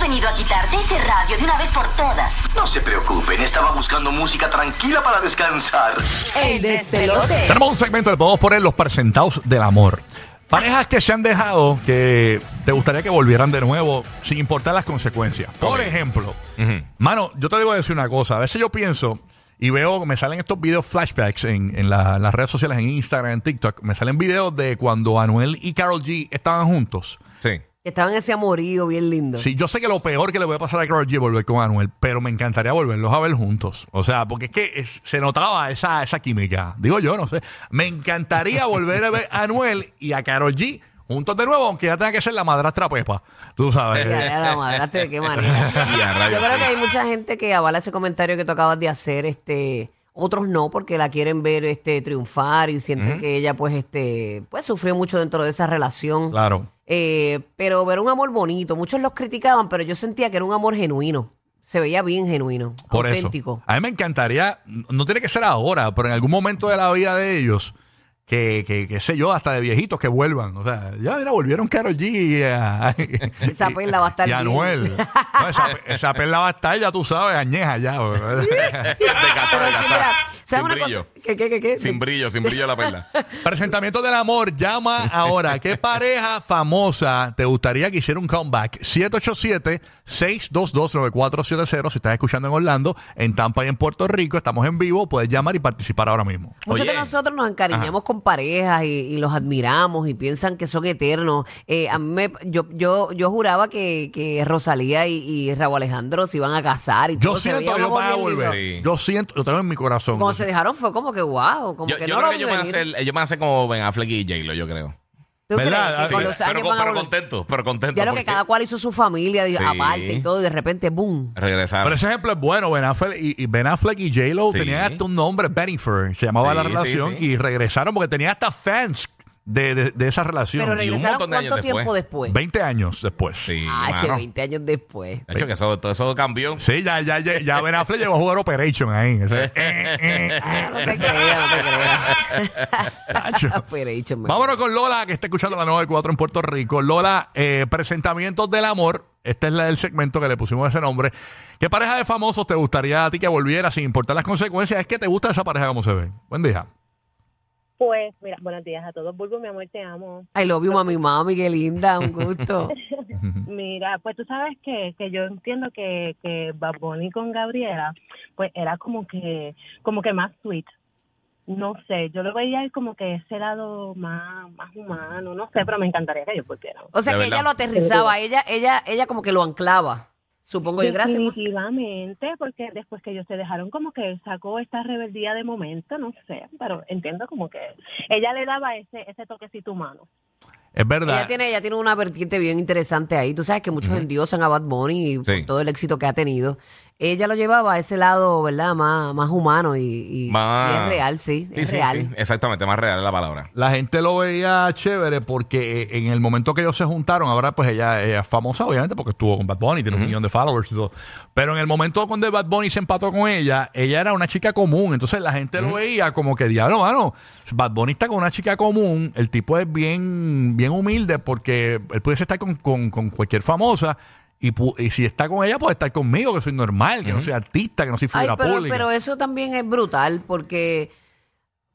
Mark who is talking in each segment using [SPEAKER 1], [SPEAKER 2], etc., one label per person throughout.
[SPEAKER 1] decidido a quitarte ese radio de una vez por todas.
[SPEAKER 2] No se preocupen, estaba buscando música tranquila para descansar.
[SPEAKER 3] El despelote.
[SPEAKER 4] Tenemos un segmento que podemos poner los percentados del amor. Parejas que se han dejado que te gustaría que volvieran de nuevo sin importar las consecuencias. Por ejemplo, mano, yo te digo decir una cosa. A veces yo pienso y veo, me salen estos videos flashbacks en, en la- en las redes sociales, en Instagram, en TikTok. Me salen videos de cuando Anuel y Carol G estaban juntos.
[SPEAKER 5] Sí.
[SPEAKER 3] Que estaban ese amorío bien lindo.
[SPEAKER 4] Sí, yo sé que lo peor que le voy a pasar a Carol G es volver con Anuel, pero me encantaría volverlos a ver juntos. O sea, porque es que es- se notaba esa, esa química. Digo yo, no sé. Me encantaría volver a ver a Anuel y a Carol G juntos de nuevo, aunque ya tenga que ser la madrastra Pepa. Tú sabes.
[SPEAKER 3] Ya, ya, la madrastra, de qué manera.
[SPEAKER 5] Ya,
[SPEAKER 3] Yo
[SPEAKER 5] rayos,
[SPEAKER 3] creo
[SPEAKER 5] sí.
[SPEAKER 3] que hay mucha gente que avala ese comentario que tú acabas de hacer, este, otros no, porque la quieren ver este triunfar y sienten que ella pues este, pues sufrió mucho dentro de esa relación.
[SPEAKER 4] Claro.
[SPEAKER 3] Eh, pero ver un amor bonito, muchos los criticaban, pero yo sentía que era un amor genuino. Se veía bien genuino,
[SPEAKER 4] Por
[SPEAKER 3] auténtico.
[SPEAKER 4] eso. Ah, A mí me encantaría, no tiene que ser ahora, pero en algún momento de la vida de ellos, que, que, que sé yo, hasta de viejitos que vuelvan. O sea, ya mira, volvieron Carol G. Y, a-
[SPEAKER 3] Esa perla va a estar
[SPEAKER 4] Y
[SPEAKER 3] bien.
[SPEAKER 4] Anuel. No, esa, esa perla va a estar, ya tú sabes, añeja ya. bro.
[SPEAKER 3] Pero Ah, sí, mira,
[SPEAKER 5] Sin
[SPEAKER 3] ¿sabes una cosa?
[SPEAKER 5] brillo.
[SPEAKER 3] ¿Qué, qué, qué, qué?
[SPEAKER 5] Sin brillo, sin brillo la perla.
[SPEAKER 4] Presentamiento del amor, llama ahora. ¿Qué pareja famosa te gustaría que hiciera un comeback? 787-622-9470. Si estás escuchando en Orlando, en Tampa y en Puerto Rico, estamos en vivo, puedes llamar y participar ahora mismo.
[SPEAKER 3] Muchos de
[SPEAKER 5] Oye.
[SPEAKER 3] nosotros nos encariñamos con parejas y, y los admiramos y piensan que son eternos. Eh, a mí me- yo, yo, yo juraba que, que Rosalía y, y Raúl Alejandro se iban a casar y
[SPEAKER 4] Yo
[SPEAKER 3] todo, se
[SPEAKER 4] siento
[SPEAKER 3] veía
[SPEAKER 4] que
[SPEAKER 3] un
[SPEAKER 4] ellos
[SPEAKER 3] amor
[SPEAKER 4] van a
[SPEAKER 3] bien lindo.
[SPEAKER 4] volver.
[SPEAKER 5] lindo. Sí.
[SPEAKER 4] Yo siento, lo tengo en mi corazón.
[SPEAKER 3] Cuando se dejaron fue como que wow, como
[SPEAKER 5] Yo,
[SPEAKER 3] que
[SPEAKER 5] yo
[SPEAKER 3] no lo
[SPEAKER 5] creo
[SPEAKER 3] vi
[SPEAKER 5] que ellos van, a
[SPEAKER 3] venir.
[SPEAKER 5] ser, ellos van a ser como Ben Affleck y J-Lo, yo creo.
[SPEAKER 3] ¿Tú crees
[SPEAKER 4] ¿Verdad?
[SPEAKER 3] que
[SPEAKER 4] Sí,
[SPEAKER 3] con los
[SPEAKER 5] pero,
[SPEAKER 3] años
[SPEAKER 5] con-
[SPEAKER 3] van a
[SPEAKER 5] pero
[SPEAKER 3] volver?
[SPEAKER 5] contento, pero contento.
[SPEAKER 3] Ya lo que
[SPEAKER 5] porque
[SPEAKER 3] cada cual hizo su familia di-
[SPEAKER 5] Sí.
[SPEAKER 3] aparte y todo, y de repente, boom.
[SPEAKER 5] Regresaron.
[SPEAKER 4] Pero ese ejemplo es bueno. Ben Affleck y, y Ben Affleck y J-Lo
[SPEAKER 5] Sí.
[SPEAKER 4] tenían hasta un nombre, Bennifer, se llamaba
[SPEAKER 5] Sí,
[SPEAKER 4] la
[SPEAKER 5] sí,
[SPEAKER 4] relación,
[SPEAKER 5] sí.
[SPEAKER 4] y regresaron porque tenía hasta fans de, de- de esa relación.
[SPEAKER 3] Pero
[SPEAKER 5] re-
[SPEAKER 3] regresaron
[SPEAKER 5] montón de años
[SPEAKER 3] cuánto tiempo después.
[SPEAKER 4] 20 años después. Sí,
[SPEAKER 5] sí,
[SPEAKER 3] ah, che,
[SPEAKER 5] mano.
[SPEAKER 3] 20 años después.
[SPEAKER 5] De hecho, que eso, todo eso cambió.
[SPEAKER 4] ya, ya, ya, ya Ben Affleck llegó a jugar Operation ahí. O sea, eh, eh,
[SPEAKER 3] Ah, no te creas, no te
[SPEAKER 4] Nacho.
[SPEAKER 3] creas. Pero he dicho,
[SPEAKER 4] Vámonos con Lola, que está escuchando la 94 en Puerto Rico. Lola, eh, presentamientos del amor. Este es la- el segmento que le pusimos ese nombre. ¿Qué pareja de famosos te gustaría a ti que volviera sin importar las consecuencias? Es que te gusta esa pareja como se ve. Buen día.
[SPEAKER 6] Pues, mira, buenos días a todos. Bulbo, mi amor, te amo.
[SPEAKER 3] I love you, mami, mami, qué linda, un gusto.
[SPEAKER 6] Mira, pues tú sabes que, que yo entiendo que, que Bad Bunny con Gabriela, pues era como que, como que más sweet. No sé, yo lo veía como que ese lado más, más humano, no sé, pero me encantaría que ellos volvieran.
[SPEAKER 3] O sea
[SPEAKER 5] De
[SPEAKER 3] que
[SPEAKER 5] verdad.
[SPEAKER 3] ella lo aterrizaba, ella, ella, ella como que lo anclaba. Supongo yo, Pues gracias.
[SPEAKER 6] Definitivamente, porque después que ellos se dejaron, como que sacó esta rebeldía de momento, no sé, pero entiendo como que ella le daba ese, ese toquecito humano.
[SPEAKER 4] Es
[SPEAKER 3] Ella
[SPEAKER 4] verdad.
[SPEAKER 3] tiene, ella tiene una vertiente bien interesante ahí. Tú sabes que muchos endiosan a Bad Bunny y por
[SPEAKER 5] Sí.
[SPEAKER 3] todo el éxito que ha tenido. Ella lo llevaba a ese lado, ¿verdad? Más, más humano y, y-
[SPEAKER 5] Más-
[SPEAKER 3] y es real, sí,
[SPEAKER 5] Sí,
[SPEAKER 3] es
[SPEAKER 5] sí,
[SPEAKER 3] real.
[SPEAKER 5] sí. Exactamente, más real es la palabra.
[SPEAKER 4] La gente lo veía chévere porque eh, en el momento que ellos se juntaron, ahora pues ella, ella es famosa, obviamente, porque estuvo con Bad Bunny, tiene un millón de followers y todo. Pero en el momento cuando Bad Bunny se empató con ella, ella era una chica común. Entonces la gente lo veía como que, diablo, mano, Bad Bunny está con una chica común, el tipo es bien, bien humilde porque él pudiese estar con, con- con cualquier famosa. Y, pu- y si está con ella, puede estar conmigo, que soy normal, que no soy artista, que no soy
[SPEAKER 3] Ay,
[SPEAKER 4] figura
[SPEAKER 3] pero,
[SPEAKER 4] pública.
[SPEAKER 3] pero eso también es brutal porque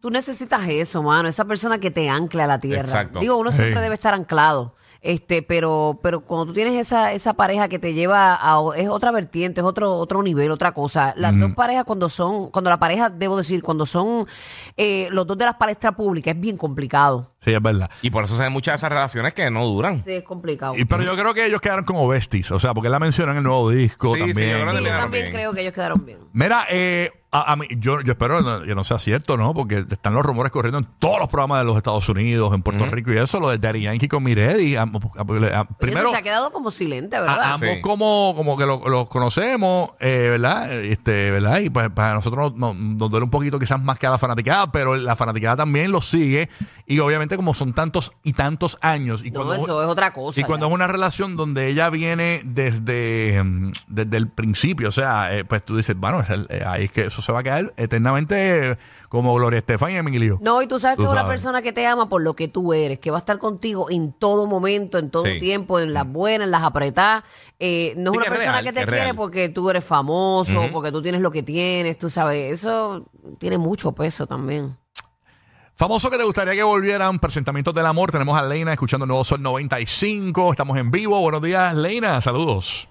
[SPEAKER 3] tú necesitas eso, mano, esa persona que te ancla a la tierra.
[SPEAKER 5] Exacto.
[SPEAKER 3] Digo, uno siempre
[SPEAKER 4] Sí.
[SPEAKER 3] debe estar anclado. Este, pero, pero cuando tú tienes esa, esa pareja que te lleva a o- es otra vertiente, es otro, otro nivel, otra cosa. Las dos parejas cuando son, cuando la pareja, debo decir, cuando son eh, los dos de las palestras públicas, es bien complicado.
[SPEAKER 4] Sí, es verdad.
[SPEAKER 5] Y por eso se ven muchas de esas relaciones que no duran.
[SPEAKER 3] Sí, es complicado.
[SPEAKER 4] Y- pero yo creo que ellos quedaron como besties, o sea, porque él la menciona en el nuevo disco
[SPEAKER 5] Sí, sí, yo
[SPEAKER 4] también.
[SPEAKER 3] Sí,
[SPEAKER 5] creo que
[SPEAKER 3] yo
[SPEAKER 5] terminaron
[SPEAKER 3] también
[SPEAKER 5] bien.
[SPEAKER 3] creo que ellos quedaron bien.
[SPEAKER 4] Mira, eh, a, a mí- yo, yo espero no- que no sea cierto, ¿no? Porque están los rumores corriendo en todos los programas de los Estados Unidos, en Puerto Rico y eso, lo de Daddy Yankee con Miredi. am- am-
[SPEAKER 3] Oye,
[SPEAKER 4] primero,
[SPEAKER 3] eso se ha quedado como silente,
[SPEAKER 4] a-
[SPEAKER 3] ¿verdad?
[SPEAKER 4] ambos
[SPEAKER 5] Sí.
[SPEAKER 4] como, como que lo- los conocemos, eh, ¿verdad? Este, ¿verdad? Y pues para nosotros nos, nos duele un poquito quizás más que a la fanaticada, pero la fanaticada también los sigue. Y obviamente como son tantos y tantos años. Y
[SPEAKER 3] no,
[SPEAKER 4] cuando-
[SPEAKER 3] eso es otra cosa.
[SPEAKER 4] y cuando
[SPEAKER 3] ya.
[SPEAKER 4] es una relación donde ella viene desde, mm, desde el principio, o sea, eh, pues tú dices, bueno, es el- eh, ahí es que eso se va a quedar eternamente eh, como Gloria Estefan y Emilio.
[SPEAKER 3] No, y tú sabes
[SPEAKER 4] Tú
[SPEAKER 3] que es una
[SPEAKER 4] sabes.
[SPEAKER 3] persona que te ama por lo que tú eres, que va a estar contigo en todo momento, en todo
[SPEAKER 5] Sí. Mm.
[SPEAKER 3] tiempo, en las buenas, en las apretadas. Eh, no es
[SPEAKER 5] Sí,
[SPEAKER 3] una
[SPEAKER 5] que es
[SPEAKER 3] persona
[SPEAKER 5] real,
[SPEAKER 3] que
[SPEAKER 5] que
[SPEAKER 3] te
[SPEAKER 5] es
[SPEAKER 3] quiere
[SPEAKER 5] real.
[SPEAKER 3] porque tú eres famoso,
[SPEAKER 5] Ujú.
[SPEAKER 3] porque tú tienes lo que tienes, tú sabes. Eso tiene mucho peso también.
[SPEAKER 4] Famoso que te gustaría que volvieran, presentamientos del amor. Tenemos a Leina escuchando Nuevo Sol 95. Estamos en vivo. Buenos días, Leina. Saludos.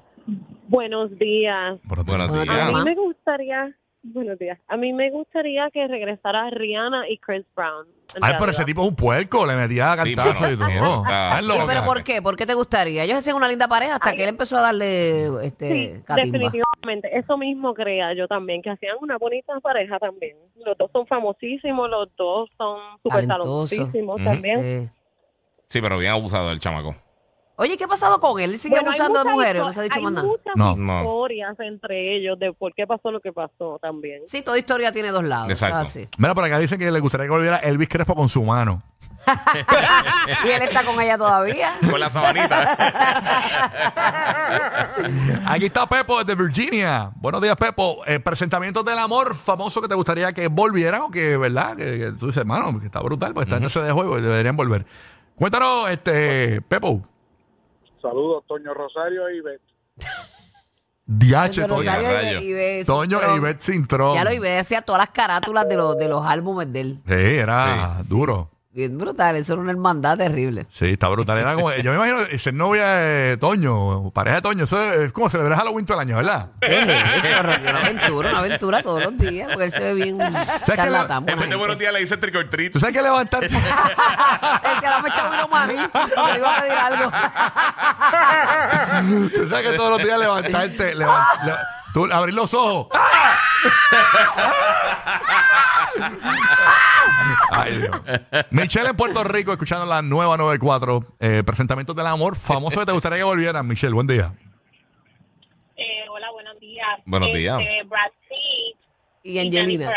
[SPEAKER 6] Buenos días.
[SPEAKER 5] Buenos
[SPEAKER 3] Buenos
[SPEAKER 5] días.
[SPEAKER 6] A mí
[SPEAKER 3] Ajá.
[SPEAKER 6] me gustaría, buenos días. A mí me gustaría que regresara Rihanna y Chris Brown. en
[SPEAKER 4] Ay, pero
[SPEAKER 6] realidad.
[SPEAKER 4] ese tipo es un puerco. Le metía a
[SPEAKER 5] Sí,
[SPEAKER 4] cantar
[SPEAKER 5] mano,
[SPEAKER 4] y
[SPEAKER 5] sí,
[SPEAKER 4] todo.
[SPEAKER 5] está-
[SPEAKER 4] Estás
[SPEAKER 5] Sí,
[SPEAKER 3] Sí,
[SPEAKER 4] loca.
[SPEAKER 3] pero ¿por qué? ¿Por qué te gustaría? Ellos hacían una linda pareja hasta que él empezó a darle este
[SPEAKER 6] eh. Sí,
[SPEAKER 3] catimba.
[SPEAKER 6] definitivamente. Eso mismo creía yo también, que hacían una bonita pareja también. Los dos son famosísimos, los dos son súper
[SPEAKER 3] Talentosos.
[SPEAKER 6] talentosísimos
[SPEAKER 5] Ujú.
[SPEAKER 6] también.
[SPEAKER 3] Sí.
[SPEAKER 5] Sí, pero bien abusado el chamaco.
[SPEAKER 3] Eh, Oye, ¿qué ha pasado con él? Él sigue
[SPEAKER 6] Bueno, hay
[SPEAKER 3] abusando de
[SPEAKER 6] muchas
[SPEAKER 3] mujeres,
[SPEAKER 6] histo-
[SPEAKER 3] no se ha dicho
[SPEAKER 6] hay
[SPEAKER 3] más nada.
[SPEAKER 6] muchas
[SPEAKER 4] No.
[SPEAKER 5] No.
[SPEAKER 6] historias entre ellos de por qué pasó lo que pasó también.
[SPEAKER 3] Sí, toda historia tiene dos lados.
[SPEAKER 5] Exacto.
[SPEAKER 3] eso es
[SPEAKER 4] Mira, por acá dicen que le gustaría que volviera Elvis Crespo con su mano.
[SPEAKER 3] así. Y él está con ella todavía.
[SPEAKER 5] Con la sabanita.
[SPEAKER 4] Aquí está Pepo desde Virginia. Buenos días, Pepo. Eh, presentamientos del amor famoso que te gustaría que volvieran o que, ¿verdad? Que, que tú dices, hermano, que está brutal, pues está en ese de juego y deberían volver. Cuéntanos, este, Pepo.
[SPEAKER 7] Saludos, Toño Rosario y Bet.
[SPEAKER 4] Diache,
[SPEAKER 3] Pero
[SPEAKER 4] Toño.
[SPEAKER 3] Rosario
[SPEAKER 5] rayo.
[SPEAKER 3] y Ibe-
[SPEAKER 4] Toño
[SPEAKER 3] Cintrón.
[SPEAKER 4] e Ivette Cintrón.
[SPEAKER 3] Ya lo Ibe hacía todas las carátulas de, los de los álbumes de él.
[SPEAKER 4] Sí, era duro.
[SPEAKER 3] Bien brutal, eso era una hermandad terrible.
[SPEAKER 4] Sí, está brutal. Era como, yo me imagino ser novia de Toño, pareja de Toño. Eso es como celebrar Halloween todo el año, ¿verdad?
[SPEAKER 3] ¿Qué es eso, Rocky? Una aventura, una aventura todos los días, porque él se ve bien charlatán. buena
[SPEAKER 5] Después de
[SPEAKER 3] gente.
[SPEAKER 5] buenos días le dice trick or treat.
[SPEAKER 4] Tú sabes que levantarte.
[SPEAKER 3] Decía, dame chavo y no mami, porque le iba a pedir algo.
[SPEAKER 4] Tú sabes que todos los días levantarte, levan- le- tú abrir los ojos. Ay, Dios. Michelle en Puerto Rico, escuchando la nueva 94, eh, presentamientos del amor, famoso que te gustaría que volvieran, Michelle, buen día.
[SPEAKER 6] Eh, hola, buenos días.
[SPEAKER 5] Buenos Este, días.
[SPEAKER 6] Brad Pitt
[SPEAKER 3] Y Angelina.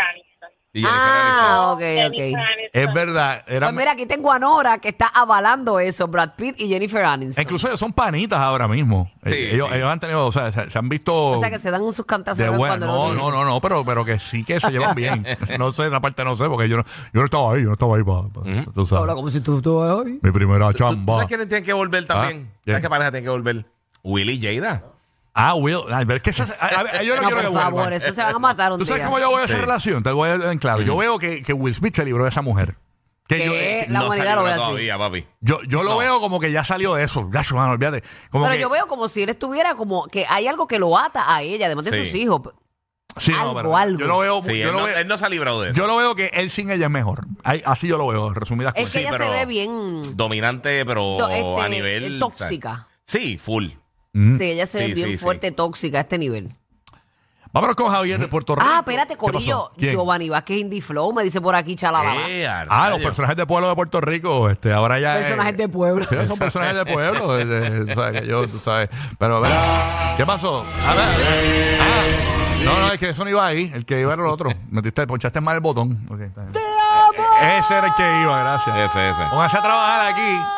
[SPEAKER 5] Y
[SPEAKER 3] Ah,
[SPEAKER 5] Jennifer
[SPEAKER 3] ok, ok.
[SPEAKER 4] Es verdad, era,
[SPEAKER 3] Pues mira, aquí tengo a Nora que está avalando eso, Brad Pitt y Jennifer Aniston.
[SPEAKER 4] incluso ellos son panitas ahora mismo.
[SPEAKER 5] Sí,
[SPEAKER 4] Eh, ellos,
[SPEAKER 5] sí.
[SPEAKER 4] ellos han tenido, o sea, se, se han visto...
[SPEAKER 3] o sea que se dan sus cantazos de
[SPEAKER 4] de
[SPEAKER 3] vez en
[SPEAKER 4] buena.
[SPEAKER 3] cuando.
[SPEAKER 4] No,
[SPEAKER 3] otro
[SPEAKER 4] no,
[SPEAKER 3] día.
[SPEAKER 4] no, no, pero, pero que sí que se llevan bien. No sé, esa parte no sé, porque yo no, yo no estaba ahí, yo no estaba ahí para... Tú sabes.
[SPEAKER 3] Habla como si tú estuvieras hoy.
[SPEAKER 4] Mi primera
[SPEAKER 5] ¿Tú, tú
[SPEAKER 4] chamba.
[SPEAKER 5] sabes quiénes tienen que volver también?
[SPEAKER 4] Ah, ¿quién?
[SPEAKER 5] ¿Sabes qué pareja tienen que volver? Willy y Jada.
[SPEAKER 4] Ah, Will. Ay, pero es que esas- a- a ver, yo no,
[SPEAKER 3] No,
[SPEAKER 4] quiero que
[SPEAKER 3] por favor,
[SPEAKER 4] vuelvan.
[SPEAKER 3] eso se van a matar un
[SPEAKER 4] ¿Tú sabes
[SPEAKER 3] día.
[SPEAKER 4] cómo yo veo esa relación? Te voy a en claro. Yo veo que, que Will Smith se libró de esa mujer. Que
[SPEAKER 3] ¿Qué?
[SPEAKER 4] yo, eh,
[SPEAKER 3] La
[SPEAKER 5] se
[SPEAKER 3] humanidad lo ve
[SPEAKER 5] libró
[SPEAKER 3] así.
[SPEAKER 5] todavía, papi.
[SPEAKER 4] yo, yo lo veo como que ya salió de eso. Ya, mano, olvídate. Como
[SPEAKER 3] Pero
[SPEAKER 4] que-
[SPEAKER 3] yo veo como si él estuviera como que hay algo que lo ata a ella, además de
[SPEAKER 5] Sí.
[SPEAKER 3] sus hijos.
[SPEAKER 4] Sí,
[SPEAKER 3] algo,
[SPEAKER 4] pero
[SPEAKER 3] algo.
[SPEAKER 4] Yo lo veo.
[SPEAKER 5] Sí,
[SPEAKER 4] yo,
[SPEAKER 5] él,
[SPEAKER 4] lo
[SPEAKER 5] no,
[SPEAKER 4] veo
[SPEAKER 5] él no se ha librado de eso.
[SPEAKER 4] yo lo veo que él sin ella es mejor. Ay, así yo lo veo, resumidas
[SPEAKER 3] Es
[SPEAKER 4] cosas.
[SPEAKER 3] que
[SPEAKER 5] Pues sí,
[SPEAKER 3] ella se
[SPEAKER 5] pero-
[SPEAKER 3] ve bien
[SPEAKER 5] Dominante, pero
[SPEAKER 3] do- este,
[SPEAKER 5] a nivel.
[SPEAKER 3] tóxica.
[SPEAKER 5] ¿sabes? Sí, full.
[SPEAKER 4] Mm.
[SPEAKER 3] Sí, ella se ve
[SPEAKER 5] Sí,
[SPEAKER 3] bien
[SPEAKER 5] sí, sí.
[SPEAKER 3] fuerte, tóxica a este nivel.
[SPEAKER 4] Vámonos con Javier de Puerto Rico.
[SPEAKER 3] Ah, espérate,
[SPEAKER 4] ¿Qué pasó?
[SPEAKER 3] Corillo.
[SPEAKER 4] ¿Quién?
[SPEAKER 3] Giovanni Vázquez Indie Flow me dice por aquí, chalala.
[SPEAKER 5] Eh,
[SPEAKER 4] Ah, los
[SPEAKER 5] rayo.
[SPEAKER 4] personajes de pueblo de Puerto Rico. Este, ahora ya. eh,
[SPEAKER 3] Personajes de pueblo.
[SPEAKER 4] Sí, son personajes de pueblo. de- de- tú sabes que yo, tú sabes. Pero, a ver, ¿qué pasó? A ver. Ah, no, no, es que eso no iba ahí. El que iba era el otro. Metiste, ponchaste mal el botón. Ok, está bien. Ese era el que iba, gracias.
[SPEAKER 5] Ese, ese.
[SPEAKER 4] Pónganse a trabajar aquí.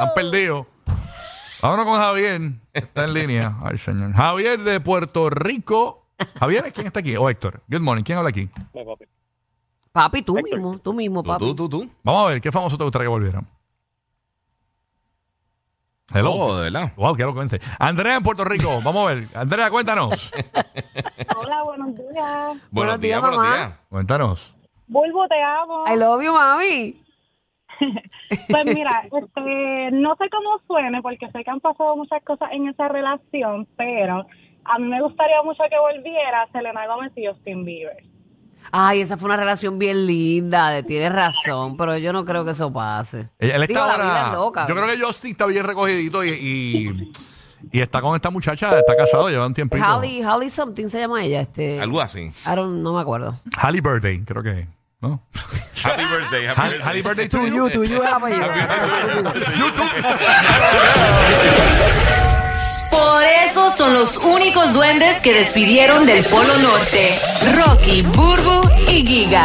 [SPEAKER 4] Están perdidos. Vámonos con Javier. Está en línea. Ay, señor. Javier de Puerto Rico. Javier, ¿quién está aquí? O Héctor. Good morning. ¿Quién habla aquí?
[SPEAKER 3] Papi, tú mismo, tú mismo,
[SPEAKER 5] Tú,
[SPEAKER 3] papi.
[SPEAKER 5] tú, tú, tú.
[SPEAKER 4] Vamos a ver, ¿qué famoso te gustaría que volvieran? Hello.
[SPEAKER 5] Oh, de verdad.
[SPEAKER 4] Wow, qué elocuente. Andrea en Puerto Rico, vamos a ver. Andrea, cuéntanos.
[SPEAKER 6] Hola, buenos días.
[SPEAKER 5] Buenos
[SPEAKER 3] días,
[SPEAKER 5] días, buenos
[SPEAKER 3] mamá.
[SPEAKER 5] días.
[SPEAKER 4] cuéntanos.
[SPEAKER 6] Bulbo, te amo.
[SPEAKER 3] I love you, mami.
[SPEAKER 6] Pues mira, este, no sé cómo suene porque sé que han pasado muchas cosas en esa relación, pero a mí me gustaría mucho que volviera Selena Gómez y Justin Bieber.
[SPEAKER 3] Ay, esa fue una relación bien linda, de- tienes razón, pero yo no creo que eso pase.
[SPEAKER 4] Ella- él está
[SPEAKER 3] Digo, la
[SPEAKER 4] ahora-
[SPEAKER 3] vida es loca.
[SPEAKER 4] Yo creo que Justin está bien recogidito y, y, y está con esta muchacha, está casado, lleva un tiempito.
[SPEAKER 3] Holly, Holly something se llama ella, este.
[SPEAKER 5] Algo así.
[SPEAKER 3] Aaron, no me acuerdo.
[SPEAKER 4] Halle Birthday, creo que. ¿No?
[SPEAKER 5] Happy birthday. Happy
[SPEAKER 4] Halle, Halle Birthday to
[SPEAKER 3] Tuyo,
[SPEAKER 4] you.
[SPEAKER 3] tuyo el apellido.
[SPEAKER 8] Por eso son los únicos duendes que despidieron del Polo Norte. Rocky, Burbu y Giga.